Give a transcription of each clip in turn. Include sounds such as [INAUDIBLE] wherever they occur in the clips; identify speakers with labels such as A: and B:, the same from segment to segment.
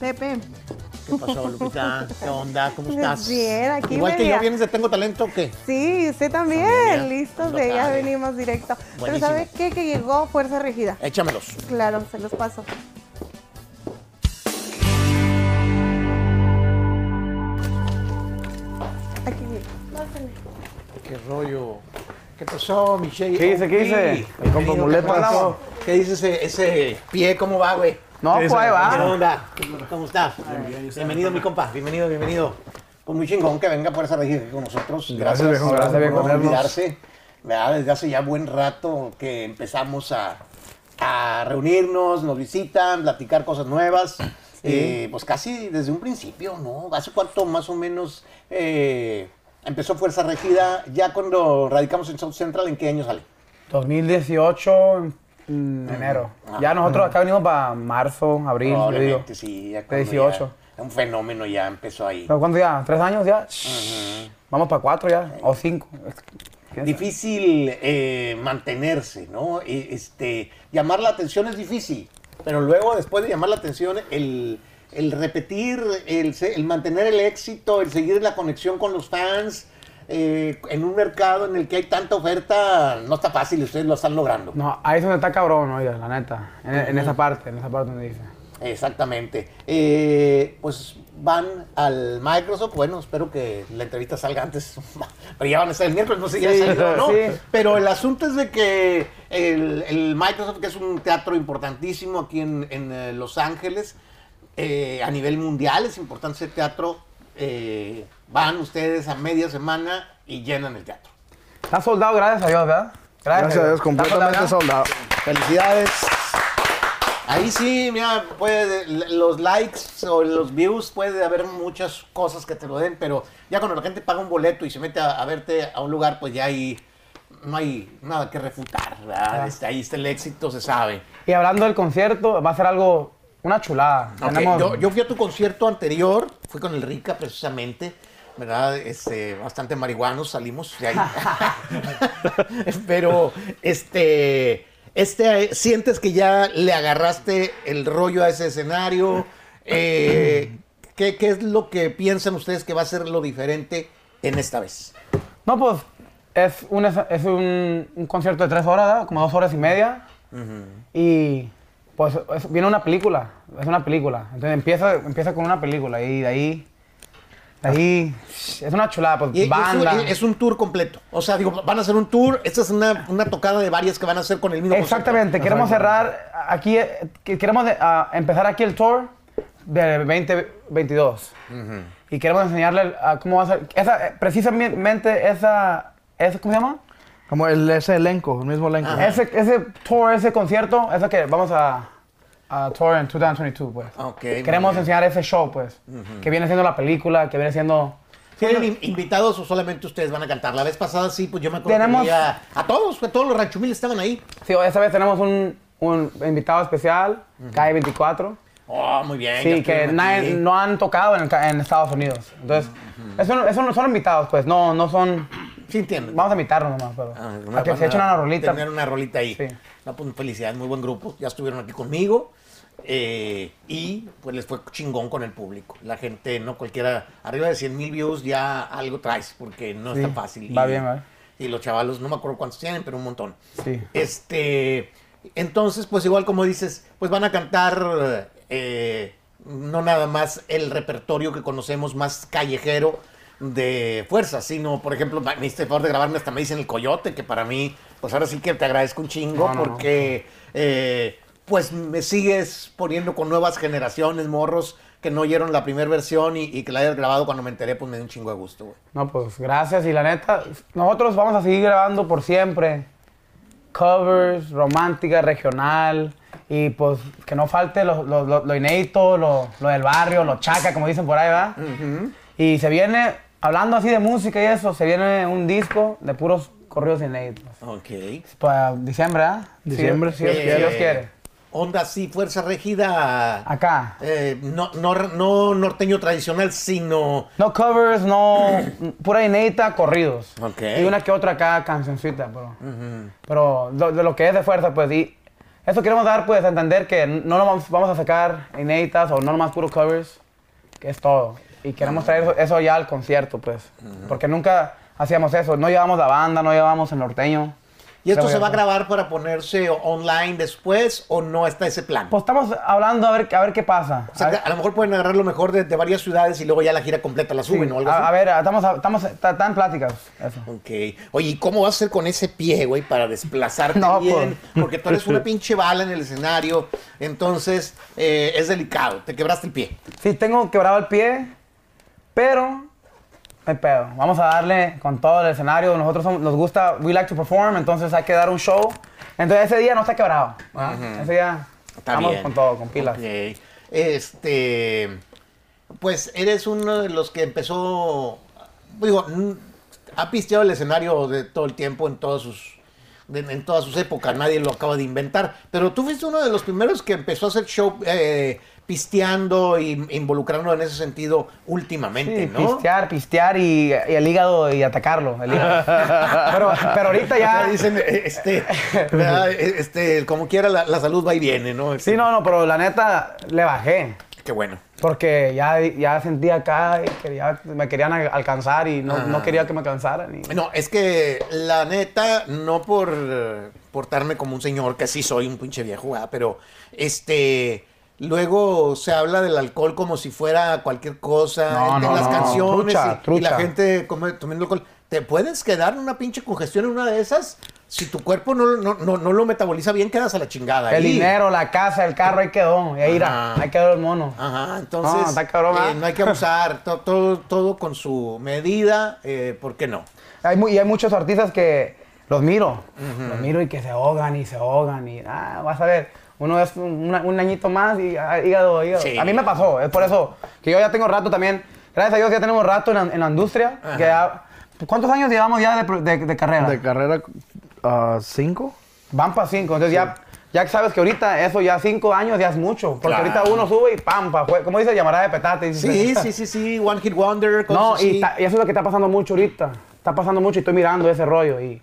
A: Pepe.
B: ¿Qué pasó, Lupita? ¿Qué onda? ¿Cómo estás?
A: Bien, aquí
B: Igual que
A: media-
B: yo, ¿vienes de Tengo Talento o qué?
A: Sí, usted también.
B: También, ya.
A: Listos
B: No
A: de ya
B: cabe.
A: venimos directo. Pero
B: Buenísimo.
A: ¿sabe qué? Que llegó Fuerza Regida.
B: Échamelos.
A: Claro, se los paso. Aquí, mira.
B: ¿Qué rollo? ¿Qué pasó, Michelle?
C: ¿Qué dice, qué dice? El compa
B: Bienvenido,
C: Mulet,
B: ¿qué pasó?
C: pasó.
B: ¿Qué dice ese, ese pie? ¿Cómo va, güey?
C: No, pues ahí
B: ¿Qué
C: va.
B: onda? ¿Cómo estás? bienvenido, mi compa. Bienvenido, bienvenido. Pues muy chingón que venga por esa regida aquí con nosotros.
C: Gracias, viejo, gracias, viejo,
B: por
C: por vernos.
B: convidarse. ¿Verdad? Desde hace ya buen rato que empezamos a, a reunirnos, nos visitan, platicar cosas nuevas. Eh, pues casi desde un principio, ¿no? ¿Hace cuánto más o menos eh, empezó Fuerza Regida? Ya cuando radicamos en South Central, ¿en qué año sale?
C: 2018, en enero. Ya nosotros acá venimos para marzo, abril, yo digo.
B: Probablemente, sí. ya
C: De
B: cuando ya
C: 18.
B: Un fenómeno ya empezó ahí.
C: ¿Pero ¿Cuánto ya? ¿Tres años ya? Vamos para cuatro ya, o cinco. ¿Quién sabe?
B: difícil eh, mantenerse, ¿no? E- Este, llamar la atención es difícil, pero luego después de llamar la atención, el, el repetir, el, se- el mantener el éxito, el seguir la conexión con los fans, eh, en un mercado en el que hay tanta oferta, no está fácil y ustedes lo están logrando.
C: No, ahí es donde está cabrón, oiga, la neta. En, en esa parte, en esa parte donde dice.
B: Exactamente. Eh, pues van al Microsoft. Bueno, espero que la entrevista salga antes. [LAUGHS] Pero ya van a estar el miércoles, no sé si ya
C: Sí,
B: salió o no.
C: sí.
B: Pero el asunto es de que el, el Microsoft, que es un teatro importantísimo aquí en, en, eh, Los Ángeles, eh, a nivel mundial es importante ese teatro. eh, van ustedes a media semana y llenan el teatro.
C: Está soldado, gracias a Dios, ¿verdad?
D: Gracias a Dios,
C: Está
D: completamente
C: soldado.
D: soldado. Felicidades.
B: Ahí sí, mira, puede, los likes o los views, puede haber muchas cosas que te lo den, pero ya cuando la gente paga un boleto y se mete a, a verte a un lugar, pues ya ahí no hay nada que refutar, ¿verdad? Este, ahí está el éxito, se sabe.
C: Y hablando del concierto, va a ser algo, una chulada.
B: Ok,
C: Tenemos-
B: Yo, yo fui a tu concierto anterior, fui con el Rica precisamente, ¿verdad? Este, bastante marihuanos salimos
C: [LAUGHS]
B: de ahí. [LAUGHS] Pero, este, este, eh, sientes que ya le agarraste el rollo a ese escenario. Eh, ¿qué, qué es lo que piensan ustedes que va a ser lo diferente en esta vez?
C: No, pues es un, es- es un, un concierto de tres horas, ¿verdad? como dos horas y media. Y pues es- viene una película, es una película. Entonces empieza, empieza con una película y de ahí, de ahí, es una chulada, pues
B: Ah. Y- y es un-
C: banda.
B: Es, un tour completo. O sea, digo, van a hacer un tour. Esta es una, una tocada de varias que van a hacer con el mismo concepto.
C: Exactamente, queremos cerrar aquí, eh, que- queremos de- ah, empezar aquí el tour de 2022. Y queremos enseñarle a cómo va a ser, esa, eh, precisamente esa, esa, ¿cómo se llama?
D: Como el, ese elenco, el mismo elenco.
C: Ese, ese tour, ese concierto, eso que vamos a, a tour en 2022, pues.
B: Ok, muy
C: Queremos
B: bien.
C: enseñar ese show, pues, que viene siendo la película, que viene siendo...
B: ¿Tienen in- invitados o solamente ustedes van a cantar? La vez pasada sí, pues yo me acuerdo
C: Tenemos-
B: que había- a todos, que todos los ranchumiles estaban ahí.
C: Sí, esta vez tenemos un, un invitado especial, Calle 24,
B: Oh, muy bien. ya
C: sí, que
B: estuvieron
C: nadie-
B: aquí.
C: no han tocado en, el ca- en Estados Unidos. Entonces, eso, no- eso no son invitados, pues, no, no son...
B: Sí, entiendo.
C: Vamos a invitarlos nomás, pero...
B: Ah,
C: a que
B: van
C: se echen una rolita.
B: Tener una rolita ahí.
C: Sí.
B: No, pues felicidades, muy buen grupo. Ya estuvieron aquí conmigo. eh, y pues les fue chingón con el público. La gente, no cualquiera, arriba de 100 mil views ya algo traes, porque no es
C: Sí,
B: tan fácil.
C: va
B: y,
C: bien, va.
B: Y los chavalos, no me acuerdo cuántos tienen, pero un montón.
C: Sí.
B: Este, entonces, pues igual como dices, pues van a cantar eh, no nada más el repertorio que conocemos más callejero de fuerza, sino, por ejemplo, me hiciste el favor de grabarme hasta me dicen el coyote, que para mí, pues ahora sí que te agradezco un chingo
C: No, no, no.
B: porque, eh, pues me sigues poniendo con nuevas generaciones, morros que no oyeron la primera versión y, y que la hayas grabado cuando me enteré, pues me dio un chingo de gusto, güey.
C: No, pues gracias. Y la neta, nosotros vamos a seguir grabando por siempre. Covers, romántica, regional. Y pues que no falte lo, lo- lo- lo inédito, lo, lo del barrio, lo chaca, como dicen por ahí, ¿verdad? Y se viene, hablando así de música y eso, se viene un disco de puros corridos inéditos.
B: Ok.
C: Para diciembre, ¿ah? ¿verdad?
D: Diciembre,
C: si,
D: sí,
C: Dios-
D: es
C: si
D: que-
C: Dios quiere.
B: Eh, Onda sí, fuerza regida.
C: Acá.
B: Eh, no, no, no norteño tradicional, sino.
C: No covers, no. pura inédita, corridos.
B: Ok.
C: Y una que otra acá, cancioncita, pero. Pero lo- de lo que es de fuerza, pues. Y Eso queremos dar, pues, a entender que no nos vamos- vamos a sacar inéditas o no nomás puros covers, que es todo. Y queremos traer eso, eso ya al concierto, pues. Porque nunca hacíamos eso. No llevábamos la banda, no llevábamos el norteño.
B: ¿Y esto
C: Creo
B: se
C: que
B: va a
C: eso.
B: grabar para ponerse online después o no está ese plan?
C: Pues estamos hablando a ver, a ver qué pasa.
B: O sea,
C: A
B: que
C: ver-
B: a lo mejor pueden agarrar lo mejor de, de varias ciudades y luego ya la gira completa la suben o algo
C: a, a
B: así.
C: ver, estamos, estamos está- está en pláticas. Eso.
B: Ok. Oye, ¿y cómo vas a hacer con ese pie, güey, para desplazarte
C: [LAUGHS] No, pues.
B: bien? Porque tú eres una pinche bala en el escenario, entonces eh, es delicado. Te quebraste el pie.
C: Sí, tengo quebrado el pie, pero no hay pedo. Vamos a darle con todo el escenario. Nosotros somos- nos gusta, we like to perform, entonces hay que dar un show. Entonces ese día no está quebrado. ¿verdad? Ese día
B: Está
C: vamos
B: bien.
C: con todo, con pilas.
B: Ok. Este. Pues eres uno de los que empezó. Digo, n- ha pisteado el escenario de todo el tiempo en todas sus. de- En todas sus épocas, nadie lo acaba de inventar. Pero tú fuiste uno de los primeros que empezó a hacer show eh, pisteando y involucrando en ese sentido últimamente,
C: Sí,
B: ¿no?
C: pistear, pistear y, y el hígado y atacarlo.
B: [LAUGHS]
C: el hígado. pero, pero ahorita
B: Ya
C: ya...
B: dicen, eh,
C: [LAUGHS]
B: este, ¿verdad? Eh, este, como quiera, la, la salud va y viene, ¿no?
C: Sí, no, no, pero la neta le bajé.
B: Qué bueno.
C: Porque ya, ya sentía acá y quería- me querían al- alcanzar y no,
B: Ah.
C: no quería que me alcanzaran. y-
B: No, es que la neta, no por eh, portarme como un señor, que sí soy un pinche viejo, ¿verdad? pero este. Luego se habla del alcohol como si fuera cualquier cosa
C: No,
B: en, en
C: no,
B: las
C: no.
B: canciones
C: Trucha,
B: y- y, la
C: trucha.
B: gente come- tomando alcohol. ¿Te puedes quedar en una pinche congestión en una de esas? Si tu cuerpo no, no, no, no lo metaboliza bien, quedas a la chingada.
C: El
B: ahí.
C: dinero, la casa, el carro, ahí quedó. Y ahí irá,
B: Ajá. Ah.
C: ahí quedó el mono.
B: Ajá, entonces
C: No, está cabrón,
B: eh,
C: ¿ah?
B: no hay que abusar, [LAUGHS] to- todo, todo con su medida, eh, ¿por qué no?
C: Hay mu- y hay muchos artistas que los miro. Los miro y que se ahogan y se ahogan. Y ah, vas a ver, uno es un, una- un añito más y ah, hígado, hígado.
B: Sí.
C: A mí me pasó, es por eso que yo ya tengo rato también. Gracias a Dios ya tenemos rato en la, en la industria. que ya- ¿Cuántos años llevamos ya de, pro- de- de carrera?
D: De carrera, ah, cinco.
C: Van para cinco. Entonces ya, ya sabes que ahorita eso ya cinco años ya es mucho. Porque
B: Claro.
C: ahorita uno sube y pam, pa' jue- ¿Cómo dice? Llamará de petate. dice.
B: Sí, sí, sí, sí, One Hit Wonder, cosas
C: No, y,
B: así.
C: ta- y eso es lo que está pasando mucho ahorita. Está pasando mucho y estoy mirando ese rollo. Y,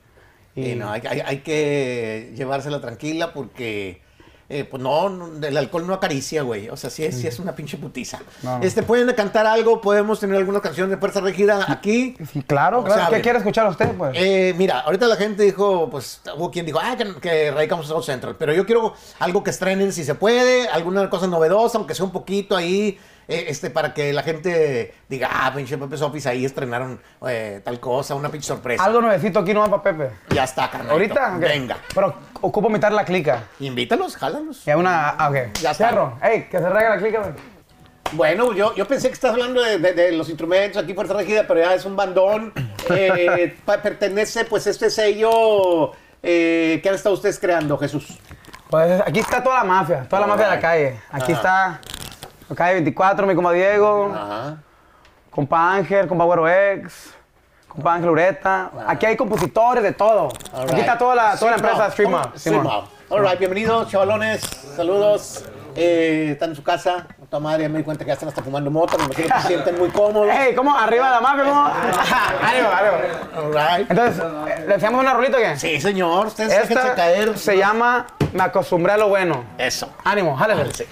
C: y-
B: Y no, hay, hay- hay que llevársela tranquila porque, eh, pues no, no, el alcohol no acaricia, güey. O sea, sí es, sí es una pinche putiza.
C: Mm. No, no.
B: Este, ¿pueden cantar algo? ¿Podemos tener alguna canción de Fuerza Regida
C: [LAUGHS]
B: aquí?
C: Sí, claro,
B: O
C: claro.
B: sea,
C: ¿Qué quiere escuchar usted, pues?
B: Eh, mira, ahorita la gente dijo, pues hubo quien dijo, ah, que, que radicamos en South Central, pero yo quiero algo que estrenen si se puede, alguna cosa novedosa, aunque sea un poquito ahí, eh, este, para que la gente diga, ah, pinche Pepe Sopis, ahí estrenaron eh, tal cosa, una pinche sorpresa.
C: Algo nuevecito aquí nomás para Pepe.
B: Ya está, carnalito.
C: Ahorita. ok.
B: Venga.
C: Pero ocupo mitad la clica.
B: Invítalos, jálalos.
C: Y hay una. ah, Ok.
B: Ya está.
C: Cierro. Ey, que se rega la clica, güey.
B: Bueno, yo, yo pensé que estás hablando de, de- de los instrumentos aquí Fuerza Regida, pero ya es un
C: [LAUGHS]
B: bandón. Eh, pa- pertenece pues este sello eh, que han estado ustedes creando, Jesús.
C: Pues aquí está toda la mafia, toda la mafia de la calle. Aquí está. Calle 24, mi compa
B: Ah.
C: Diego,
B: Ajá.
C: compa Ángel, compa Güero X, compa Ángel Ureta. Aquí hay compositores de todo. Aquí está toda la, toda la empresa Stream Up, Simón.
B: All right, bienvenidos, chavalones. Saludos. Eh, están en su casa. Puta madre, ya me di cuenta que ya están hasta fumando moto. Me imagino que se sienten muy
C: [LAUGHS]
B: cómodos.
C: Ey, ¿cómo? Arriba la mafia, ¿cómo? [LAUGHS] arriba, arriba.
B: All right.
C: Entonces, eh, ¿le enseñamos una rolita o qué?
B: Sí, señor. Ustedes déjense
C: Esta
B: caer.
C: se llama Me acostumbré a lo bueno.
B: Eso.
C: Ánimo, jálale.
B: Ándale.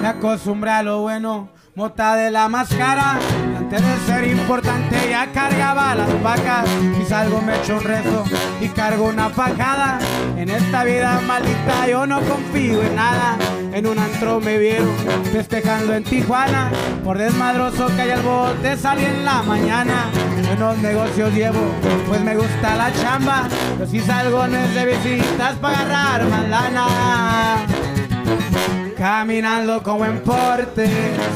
E: Me acostumbré a lo bueno, mota de la máscara. Antes de ser importante ya cargaba las vacas. Quizá algo me echó un rezo y cargo una fajada. En esta vida maldita yo no confío en nada. En un antro me vieron festejando en Tijuana. Por desmadroso que hay al bote salí en la mañana. Buenos negocios llevo, pues me gusta la chamba. Yo sí salgo en de visitas para agarrar más lana. Caminando con buen porte,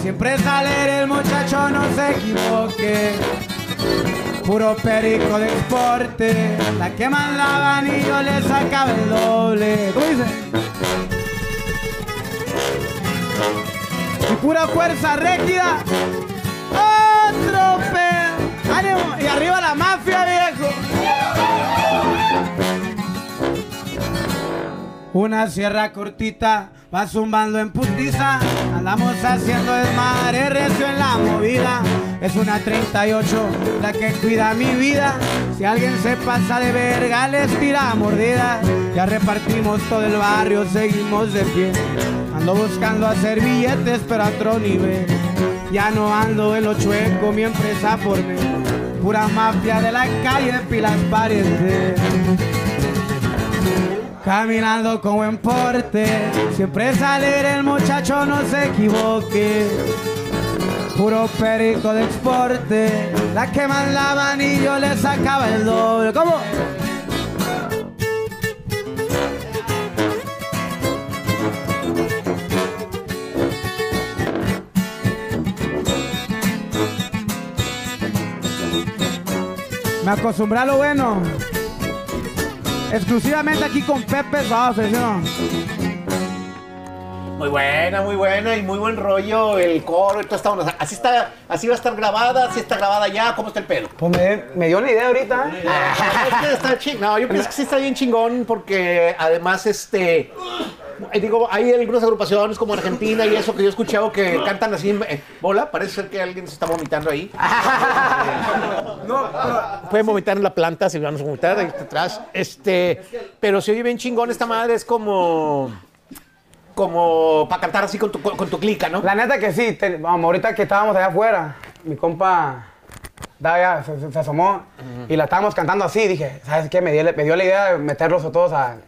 E: siempre sale el muchacho, no se equivoque. Puro perico de exporte, la que mandaban y yo le sacaba el doble. ¿Cómo dice? Y pura fuerza rígida, otro pe... ¡Ánimo! Y arriba la mafia, viejo. Una sierra cortita va zumbando en putiza. Andamos haciendo desmadre recio en la movida. Es una 38 la que cuida mi vida. Si alguien se pasa de verga, les tira mordida. Ya repartimos todo el barrio, seguimos de pie. Ando buscando hacer billetes, pero a otro nivel. Ya no ando en lo chueco, mi empresa por mí. Pura mafia de la calle, pilas pares Caminando con buen porte, siempre es alegre el muchacho, no se equivoque. Puro perico de exporte, la que mandaban y yo le sacaba el doble. ¿Cómo? Me acostumbré a lo bueno. Exclusivamente aquí con Pepe Sauce, ¿sí o no?
B: Muy buena, muy buena y muy buen rollo el coro y toda esta onda. Así está, así va a estar grabada, así está grabada ya, ¿cómo está el pedo?
C: Pues me, me dio una idea ahorita. ¿eh?
B: Ah, es que [LAUGHS] está ching- No, yo pienso que sí está bien chingón porque además este eh, digo, hay algunas agrupaciones como Argentina y eso que yo he escuchado que cantan así eh, bola, parece ser que alguien se está vomitando ahí. Pueden Ah, vomitar en la planta si vamos a vomitar ahí está atrás. Este, pero se oye bien chingón esta madre, es como como para cantar así con tu con tu clica, ¿no?
C: La neta que sí, te- vamos, ahorita que estábamos allá afuera, mi compa Daya se, se- se asomó y la estábamos cantando así, dije, ¿sabes qué? Me dio, me dio la idea de meterlos a todos a...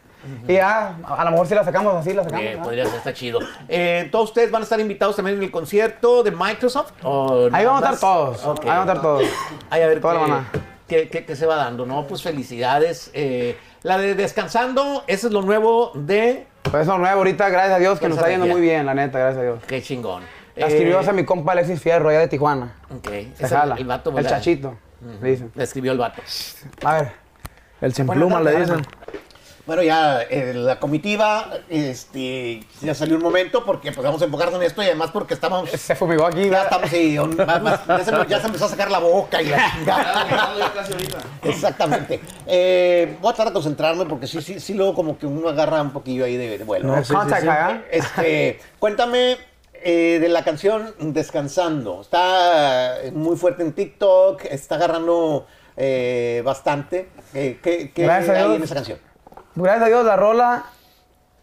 C: Y ya, a, a lo mejor si la sacamos así, la sacamos.
B: Eh,
C: ¿verdad?
B: podría ser, está chido. Eh, ¿Todos ustedes van a estar invitados también en el concierto de Microsoft? ¿O
C: Ahí vamos a
B: nada
C: estar
B: más?
C: todos,
B: Ok.
C: ahí vamos a estar todos.
B: Ay, a ver
C: Toda la
B: qué,
C: maná.
B: qué- qué- qué se va dando, ¿no? Pues felicidades. Eh, la de Descansando, eso es lo nuevo de...
C: Pues eso nuevo ahorita, gracias a Dios, que
B: Pues
C: nos está yendo
B: alegría.
C: muy bien, la neta, gracias a Dios.
B: Qué chingón.
C: La escribió
B: Eh,
C: esa mi compa Alexis Fierro, allá de Tijuana.
B: ok. Es
C: Se
B: el-
C: jala.
B: El, vato,
C: el
B: ¿verdad?
C: chachito, le dicen.
B: La escribió el vato.
C: A ver,
D: El sin
B: Bueno,
D: pluma
B: dale,
D: le
B: dale,
D: dicen.
B: Bueno, ya eh, la comitiva este, ya salió un momento porque pues, vamos a enfocarnos en esto y además porque estamos...
C: se fumigó aquí.
B: Ya estamos ahí,
C: [LAUGHS]
B: un- más- más- ya, se, me- ya se empezó a sacar la boca y la chingada. Exactamente. Eh, voy a tratar de concentrarme porque sí, sí, sí, luego como que uno agarra un poquillo ahí de, de vuelo.
C: No,
B: ¿no?
D: sí, sí,
C: contact,
D: sí.
C: ¿verdad?
B: Este, cuéntame eh, de la canción Descansando. Está eh, muy fuerte en TikTok, está agarrando eh, bastante. Eh, ¿Qué, qué
C: Gracias a
B: hay
C: Dios.
B: en esa canción?
C: Gracias a Dios, la rola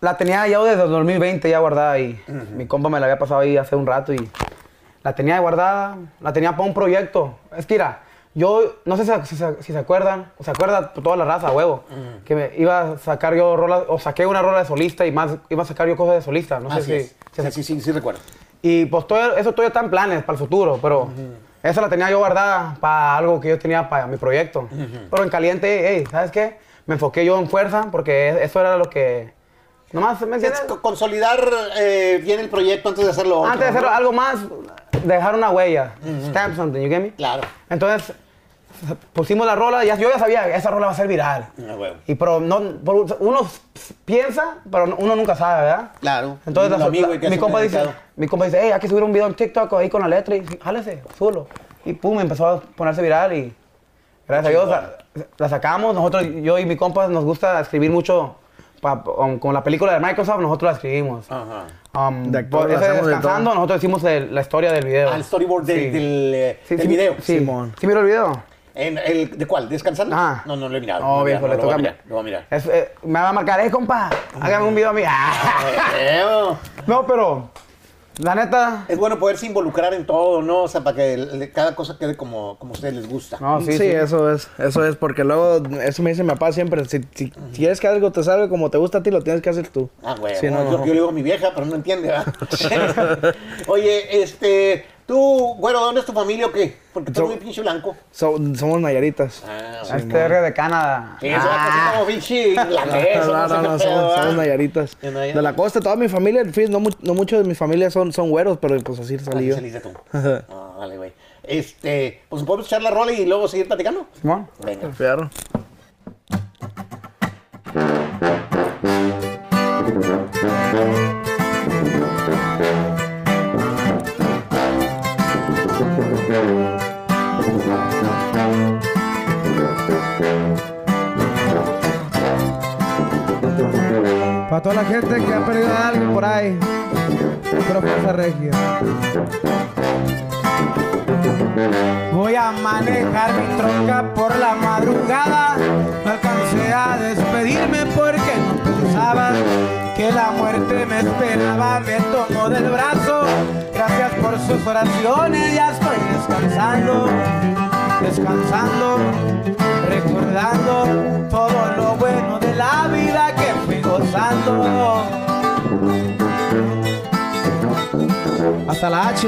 C: la tenía ya desde el 2020 ya guardada ahí. Mi compa me la había pasado ahí hace un rato y la tenía guardada, la tenía para un proyecto. Es que mira, yo no sé si, si- si se acuerdan, o se acuerda toda la raza, huevo,
B: Mm.
C: que me iba a sacar yo rola, o saqué una rola de solista y más, iba a sacar yo cosas de solista. No
B: Así
C: sé si,
B: es.
C: si se-
B: sí, sí, sí, sí recuerdo.
C: y pues todo, eso todavía está en planes para el futuro, pero esa la tenía yo guardada para algo que yo tenía para mi proyecto. Pero en caliente, hey, ¿sabes qué? Me enfoqué yo en fuerza porque e- eso era lo que... Nomás, ¿me
B: Es
C: entiendes?
B: co- consolidar eh, bien el proyecto antes de hacerlo otro,
C: Antes de hacer
B: ¿no?
C: algo más, dejar una huella. Stamp something, you get me?
B: Claro.
C: Entonces, s- pusimos la rola, ya, yo ya sabía, esa rola va a ser viral.
B: Ah, huevo.
C: Y pero no, por- uno s- piensa, pero uno nunca sabe, ¿verdad?
B: Claro.
C: Entonces,
B: Un
C: la-
B: amigo
C: la-
B: y que
C: mi,
B: es un
C: compa dice,
B: dedicado.
C: mi compa dice, hey, hay que subir un video en TikTok ahí con la letra y jálese, solo. Y pum, empezó a ponerse viral y gracias a Dios la, la sacamos. Nosotros, yo y mi compa, nos gusta escribir mucho pa- um, con la película de Microsoft, nosotros la escribimos.
B: Ajá.
C: Um,
D: De actor
C: por-
D: la
C: ese
D: hacemos de
C: descansando,
D: todo.
C: nosotros hicimos el- la historia del video.
B: Al Ah, storyboard del,
C: Sí.
B: del, eh,
C: Sí,
B: del
C: sí,
B: video.
C: Sí,
D: Simón.
C: ¿Sí miró el video?
B: En el, ¿De cuál? ¿Descansando?
C: Ah.
B: No, no lo he mirado.
C: No,
B: no,
C: viejo,
B: no,
C: le
B: lo
C: toca
B: voy a mirar. Lo voy a mirar.
C: Es- eh, me va a marcar, eh, compa, hágame un video a mí.
B: Eh,
C: [LAUGHS] no, pero la neta...
B: Es bueno poderse involucrar en todo, ¿no? O sea, para que el- cada cosa quede como, como a ustedes les gusta.
C: No,
D: sí, eso es, eso es, porque luego, eso me dice mi papá siempre, si, si quieres que algo te salga como te gusta a ti, lo tienes que hacer tú.
B: Ah, güey.
D: Sí, no,
B: yo,
D: no.
B: yo le digo a mi vieja, pero no entiende, ¿verdad? Oye, este. Tú, güero, ¿dónde es tu familia o qué? Porque tú
D: Yo-
B: eres muy pinche blanco.
D: So- somos nayaritas.
B: Ah,
C: Ah, Este verga de Canadá.
B: Sí, eso va
C: Ah.
B: casi como pinche irlandés, o
D: no,
B: sé
D: no,
B: qué
D: no,
B: pedo,
D: somos,
B: ¿verdad?
D: somos nayaritas.
B: De Nayarit.
D: De la costa, toda mi familia, en fin, no, mu- no muchos de mi familia son, son güeros, pero pues así salí yo.
B: Ah, saliste tú. Ah, vale, güey. Este, pues podemos echar la rola y luego seguir platicando.
C: Simón.
B: Venga.
D: Fierro.
E: Pa'
C: toda la gente que ha perdido a alguien por ahí. Pero fuerza regia. Voy a manejar mi troca por la madrugada. No alcancé a despedirme porque no pensaba que la muerte me esperaba. Me tomó del brazo. Gracias por sus oraciones. Ya estoy descansando, descansando, recordando todo lo bueno de la vida que fui gozando. Hasta la H.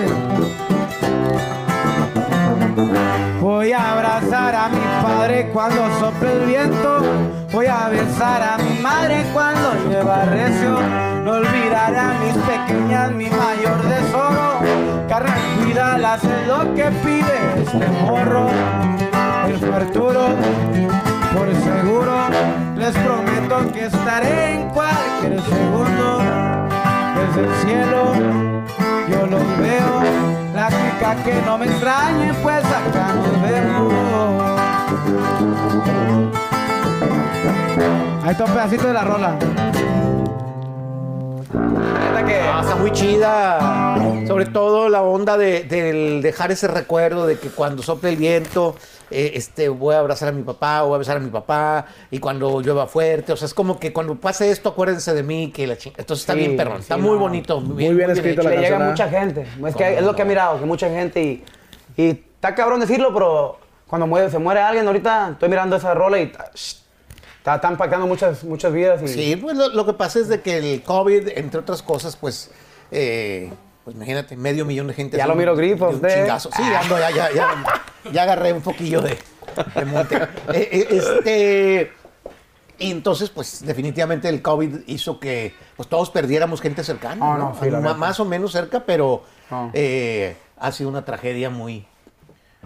C: Voy a abrazar a mi padre cuando sople el viento. Voy a besar a mi madre cuando lleva recio. No olvidaré a mis pequeñas, mi mayor tesoro. Carnal, cuídalas, es lo que pide este morro. El Arturo, por seguro, les prometo que estaré en cualquier segundo. Desde el cielo, yo los veo, la chica que no me extrañe, pues acá nos vemos. Ahí está un pedacito de la rola.
F: Neta que-
G: Ah, está muy chida. Sobre todo la onda de, del dejar ese recuerdo de que cuando sople el viento, eh, este, voy a abrazar a mi papá, voy a besar a mi papá, y cuando llueva fuerte. O sea, es como que cuando pase esto, acuérdense de mí. que la ching- Entonces está
D: Sí,
G: bien, perrón. Está
D: sí,
G: muy
D: no.
G: bonito. Muy
H: bien escrita
G: hecho.
H: la
D: Le llega
H: canción, ¿eh?
D: mucha gente. Es, que es lo que he mirado, que mucha gente y, y está cabrón decirlo, pero cuando muere, se muere alguien, ahorita estoy mirando esa rola y ta- shh, está, está impactando muchas, muchas vidas. Y,
G: Sí, pues lo, lo que pasa es de que el COVID, entre otras cosas, pues, eh, pues imagínate, medio millón de gente.
D: Ya
G: es
D: lo
G: un-
D: miro grifo,
G: de un
D: usted.
G: chingazo. Sí, ando, ya, ya, ya,
D: [LAUGHS]
G: ya agarré un poquillo de, de monte. Eh, eh, este, y entonces, pues, definitivamente el COVID hizo que pues, todos perdiéramos gente cercana.
D: Ah, no, sí, la
G: Ma-
D: neta.
G: más o menos cerca, pero
D: Ah.
G: eh, ha sido una tragedia muy,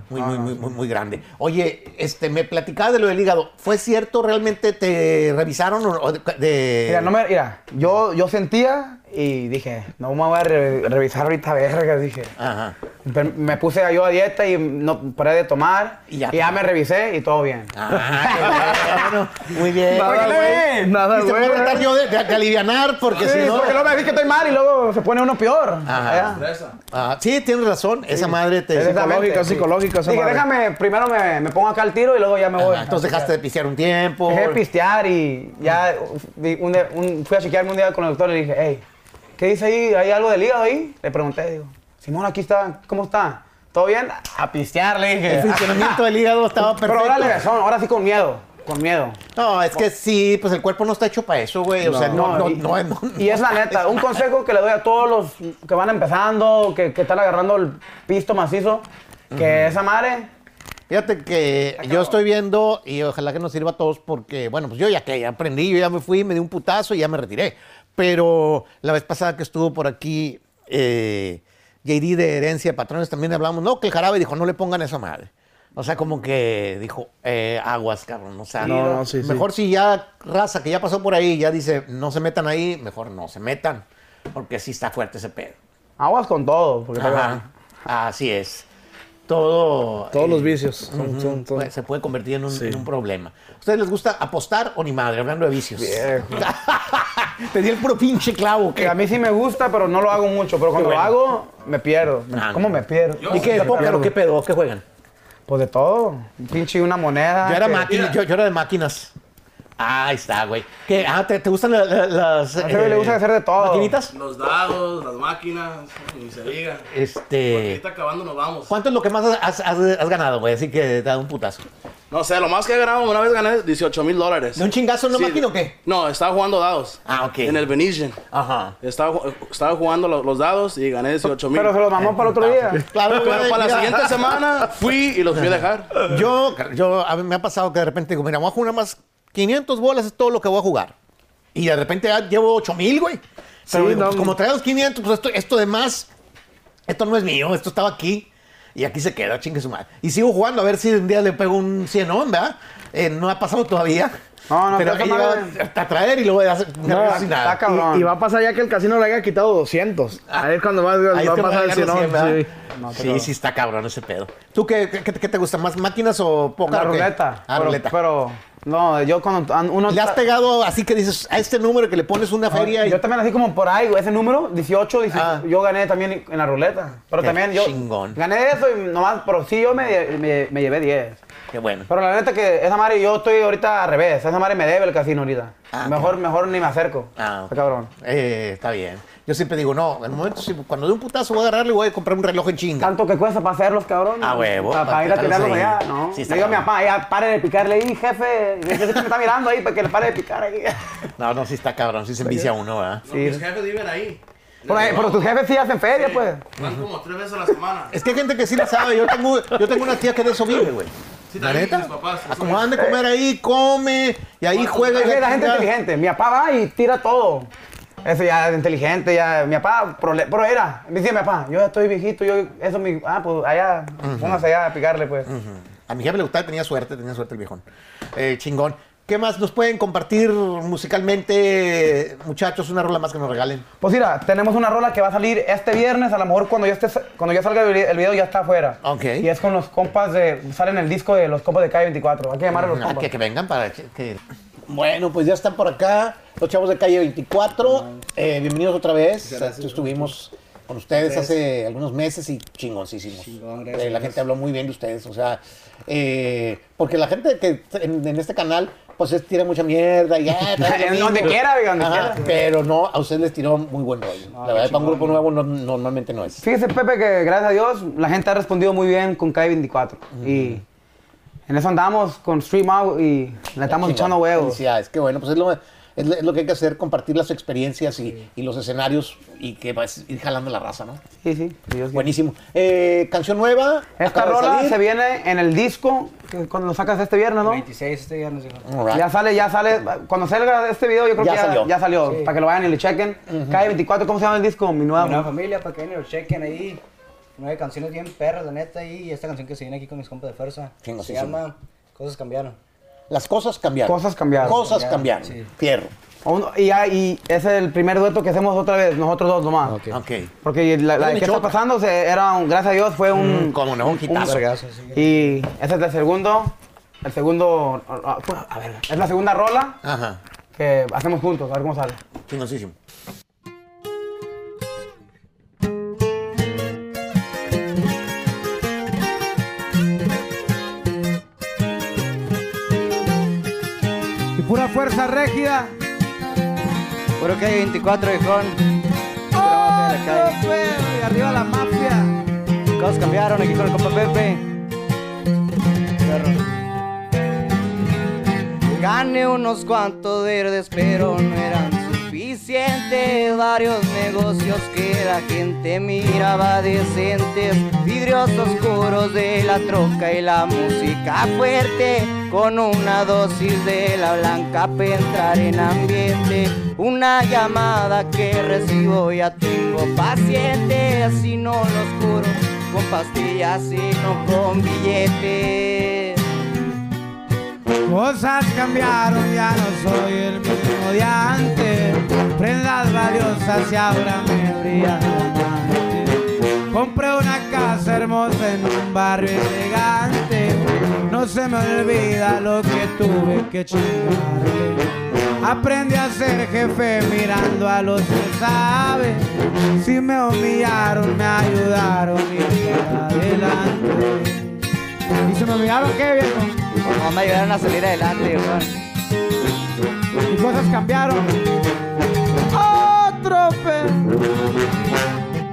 G: muy,
D: Ah,
G: muy, muy, muy, muy grande. Oye, este, me platicabas de lo del hígado. ¿Fue cierto realmente? ¿Te revisaron? o- o de, de-
D: Mira, no me- mira, yo, yo sentía y dije, no me voy a re- revisar ahorita, verga, dije.
G: Ajá.
D: Pero Me puse yo a dieta y no paré de tomar
G: Y
D: y
G: ya.
D: ya, me revisé y todo bien.
G: Ah, qué Eh, bueno. Muy bien.
H: Nada,
G: Oye,
H: güey. Nada,
G: y te voy a tratar
H: güey.
G: yo de, de- de alivianar porque
D: Sí,
G: si no...
D: porque luego me decís que estoy mal y luego se pone uno peor.
G: Ajá.
D: ¿verdad?
G: Ah, sí, tienes razón. Esa madre te...
D: Exactamente,
H: Este, psicológico,
D: sí.
H: psicológico esa
D: Dije,
H: madre. Ah,
D: déjame, primero me, me pongo acá al tiro y luego ya me voy.
G: Ajá, "Ah, entonces dejaste de pisear un tiempo.
D: Dejé de pistear y ya di- un día- un- fui a chequearme un día con el doctor y le dije, hey, ¿qué dice ahí? ¿Hay algo del hígado ahí? Le pregunté, digo, Simón, aquí está, ¿cómo está? ¿Todo bien? A pistear, le
G: El
D: dije.
G: funcionamiento del hígado estaba perfecto.
D: Pero ahora le razón, ahora sí con miedo, con miedo.
G: No, es que sí, pues el cuerpo no está hecho para eso, güey. O sea, no, no,
D: y,
G: no, no-
D: y es la neta, un consejo que le doy a todos los que van empezando, que, que están agarrando el pisto macizo, que esa madre,
G: Fíjate que yo estoy viendo y ojalá que nos sirva a todos porque, bueno, pues yo ya que ya aprendí, yo ya me fui, me di un putazo y ya me retiré. Pero la vez pasada que estuvo por aquí eh, JD de Herencia de Patrones también hablamos, no, que el jarabe dijo, no le pongan esa madre. O sea, como que dijo, eh, aguas, cabrón. O sea,
H: No, no, sí, sí.
G: mejor si ya raza que ya pasó por ahí, ya dice, no se metan ahí, mejor no se metan, porque sí está fuerte ese pedo.
D: aguas con todo. Porque
G: Ajá, así es. Todo.
H: Todos
G: eh,
H: los vicios. son-
G: Ujú,
H: son- son-
G: pues, se puede convertir en un,
H: Sí.
G: en un problema. ¿A ustedes les gusta apostar o ni madre? Hablando de vicios. [LAUGHS] Te di el puro pinche clavo.
D: Que
G: ¿qué?
D: a mí sí me gusta, pero no lo hago mucho. Pero cuando
G: bueno.
D: lo hago, me pierdo. Me-
G: Ah,
D: ¿Cómo
G: no.
D: me pierdo?
G: ¿Y qué? ¿Póker o qué pedo? ¿Qué juegan?
D: Pues de todo. Un Pinche una moneda.
G: Yo era,
D: que-
G: máquina, yo, yo era de máquinas. Ah, ahí está, güey. ¿Qué? Ah, ¿te, te gustan la- la- las. eh,
D: ese güey le gusta hacer de todo.
G: ¿Maquinitas?
B: Los dados, las máquinas, ni se diga.
G: Este.
B: Ahorita acabando nos vamos.
G: ¿Cuánto es lo que más has, has- has ganado, güey? Así que te da un putazo.
B: No sé, lo más que he ganado, una vez gané 18 mil dólares.
G: ¿De un chingazo en una máquina o qué?
B: No, estaba jugando dados.
G: Ah, ok. Ah.
B: En el Venetian.
G: Ajá.
B: Estaba, ju- estaba jugando lo- los dados y gané 18 mil.
D: Pero se los mamó para el otro
H: [LAUGHS]
D: día.
G: Claro,
B: Pero
G: güey,
B: para la
G: mira.
B: siguiente semana fui y los fui a dejar.
G: Yo, yo a mí me ha pasado que de repente digo, mira, voy a jugar nada más 500 bolas, es todo lo que voy a jugar. Y de repente ya llevo 8000, güey. Pero
H: Sí,
G: digo,
H: no.
G: pues, como traigo los 500, pues esto, esto de más, esto no es mío, esto estaba aquí. Y aquí se quedó, chingue su madre. Y sigo jugando a ver si un día le pego un 100 onda. no ha pasado todavía.
D: No, no, pero
G: pero he
D: esa
G: llegado
D: madre-
G: hasta traer y luego ya se- me
H: No,
G: regreso sin
D: está
G: nada.
D: cabrón. Ah.
H: Y, y va a pasar ya que el casino le haya quitado 200. Ahí es cuando va,
G: Ahí
H: va
G: es
H: a
G: que voy a
H: pasar el
G: llegar a los 100, ¿verdad?
H: cien.
G: sí, sí, está cabrón ese pedo. ¿Tú qué, qué- qué te gusta más, máquinas o poca
D: La ruleta.
G: Ah,
D: pero,
G: ruleta.
D: Pero No, yo cuando an- uno...
B: ¿Le has
D: está-
B: pegado así que dices a este número que le pones una feria? y-
D: Yo también así como por ahí, güey, ese número, 18, 18,
B: Ah.
D: yo gané también en la ruleta. Pero
G: Qué
D: también yo
G: chingón.
D: gané eso y nomás, pero sí yo me, me- me llevé 10.
G: Qué bueno.
D: Pero la neta que esa madre yo estoy ahorita al revés, esa madre me debe el casino ahorita.
G: Ah,
D: mejor, mejor ni me acerco.
G: Ah,
D: Está cabrón.
G: Eh, está bien. Yo siempre digo, no, al momento, si- cuando de un putazo voy a agarrarle, voy a comprar un reloj en chinga.
D: Tanto que cuesta para hacerlos, cabrón.
G: Ah, huevo,
D: Para,
G: para
D: ir a
G: quitarlos
D: tirarlos
G: ahí.
D: allá, ¿no?
G: Sí,
D: Sí,
G: está
D: Le digo a mi
G: cabrón.
D: papá, ya pare de picarle ahí, jefe. Yo sé que me está mirando ahí para que le pare de picar ahí. [LAUGHS]
G: No, no, si está cabrón, si se envicia uno, ¿verdad?
D: Sí.
I: Mis jefes viven ahí.
D: Pero, eh, pero tus jefes sí hacen feria, pues.
I: Van como tres veces a la semana.
B: Es que hay gente que sí la sabe. Yo tengo, yo tengo una tía que de eso vive, güey.
I: Sí, Ah, pues,
B: ¿La
I: también
B: neta?
I: mis papás, eso
B: Acomodan de comer ahí, come, y ahí juega.
D: Es
B: y
D: que la gente
B: chingada.
D: inteligente. Mi papá va y tira todo. Eso ya es inteligente, ya. Mi papá, prole- pero era, me dice mi papá, yo ya estoy viejito, yo, eso mi, ah, pues allá, póngase allá a picarle, pues.
B: A mi jefe le gustaba, tenía suerte, tenía suerte el viejón. Eh, chingón. ¿Qué más nos pueden compartir musicalmente, muchachos? Una rola más que nos regalen.
D: Pues mira, tenemos una rola que va a salir este viernes, a lo mejor cuando yo esté, cuando yo salga el vi- el video ya está afuera.
B: Ok.
D: Y es con los compas de, sale en el disco de los compas de Calle 24, hay que llamar a los
B: Ah,
D: compas.
G: Que, que vengan para que- que-
B: Bueno, pues ya están por acá los chavos de calle 24. Eh, bienvenidos otra vez. Estuvimos con ustedes hace algunos meses y chingoncísimos.
J: Chingón, gracias,
B: Eh, la gente
J: gracias.
B: habló muy bien de ustedes, o sea, eh, porque la gente que en, en este canal pues es- tira mucha mierda y ya.
D: En donde quiera, oiga, donde quiera.
B: Pero no, a ustedes les tiró muy buen rollo. la verdad,
J: qué
B: para un
J: chingón,
B: grupo nuevo no- normalmente no es.
D: Fíjese, Pepe, que gracias a Dios la gente ha respondido muy bien con Calle 24.
B: Mm.
D: Y en eso andamos con Stream Out y le estamos
B: Chingón.
D: echando huevos.
B: Felicidades, qué bueno, pues es lo, es lo- es lo que hay que hacer, compartir las experiencias y, y los escenarios y que vas a ir jalando la raza, ¿no?
D: Sí, sí. si Dios quiere.
B: Buenísimo. Eh, canción nueva.
D: Esta
B: acaba de
D: rola
B: salir.
D: se viene en el disco que cuando lo sacas este viernes, ¿no?
J: 26 este viernes, hijo.
B: All right.
D: Ya sale, ya sale. Cuando salga este video, yo creo
B: Ya
D: que ya
B: salió.
D: salió. Ya salió Para que lo vayan y le chequen. Calle 24, ¿cómo se llama el disco? Mi nueva.
J: Mi nueva familia, para que vengan y lo chequen ahí. Nueve canciones bien perras, la neta. Y esta canción que se viene aquí con mis compas de fuerza. Se
B: Chingosísimo.
J: llama Cosas Cambiaron.
B: Las cosas cambiaron.
D: Cosas cambiaron.
B: Cosas cambiaron.
J: Sí.
B: Fierro.
D: Aún- y, ya- y es el primer dueto que hacemos otra vez, nosotros dos nomás.
G: Ok.
D: Porque la, la
B: Con
D: que está
B: Michoacán.
D: pasando, se- era un, gracias a Dios, fue un.
G: Mm, cómo no, un hitazo.
J: Vergazo, sí.
D: Y ese es el segundo. El segundo. ah, fue- A ver, es la segunda rola
G: Ajá.
D: que hacemos juntos, a ver cómo sale.
G: Chingosísimo.
C: Y pura fuerza rígida.
J: Puro que hay 24, viejón. Esperamos en la calle.
C: Y ¡Oh, arriba la mafia.
J: Cosas cambiaron aquí con el compa Pepe. Perro. Gané unos cuantos verdes, pero no eran suficientes. Varios negocios que la gente miraba decentes. Vidrios oscuros de la troca y la música fuerte. Con una dosis de la blanca para entrar en ambiente. Una llamada que recibo, ya tengo pacientes. Si no los curo con pastillas, sino con billetes.
C: Cosas cambiaron, ya no soy el mismo de antes. Prendas valiosas y ahora me brillan diamantes. Compré una casa hermosa en un barrio elegante. No se me olvida lo que tuve que chingarle. Aprendí a ser jefe mirando a los que saben. Si me humillaron, me ayudaron y seguí adelante. Y se me olvidaron que viejo.
J: No me ayudaron a salir adelante, hermano.
C: y cosas cambiaron. Otro pe...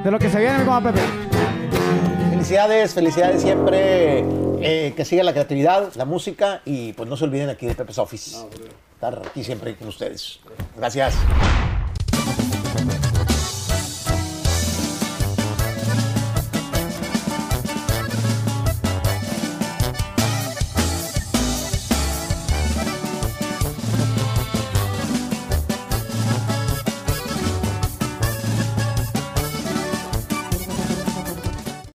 C: De lo que se viene, mi compa Pepe.
B: Felicidades, felicidades siempre. Eh, que siga la creatividad, la música y pues no se olviden aquí de Pepe's Office. Estar aquí siempre con ustedes. Gracias.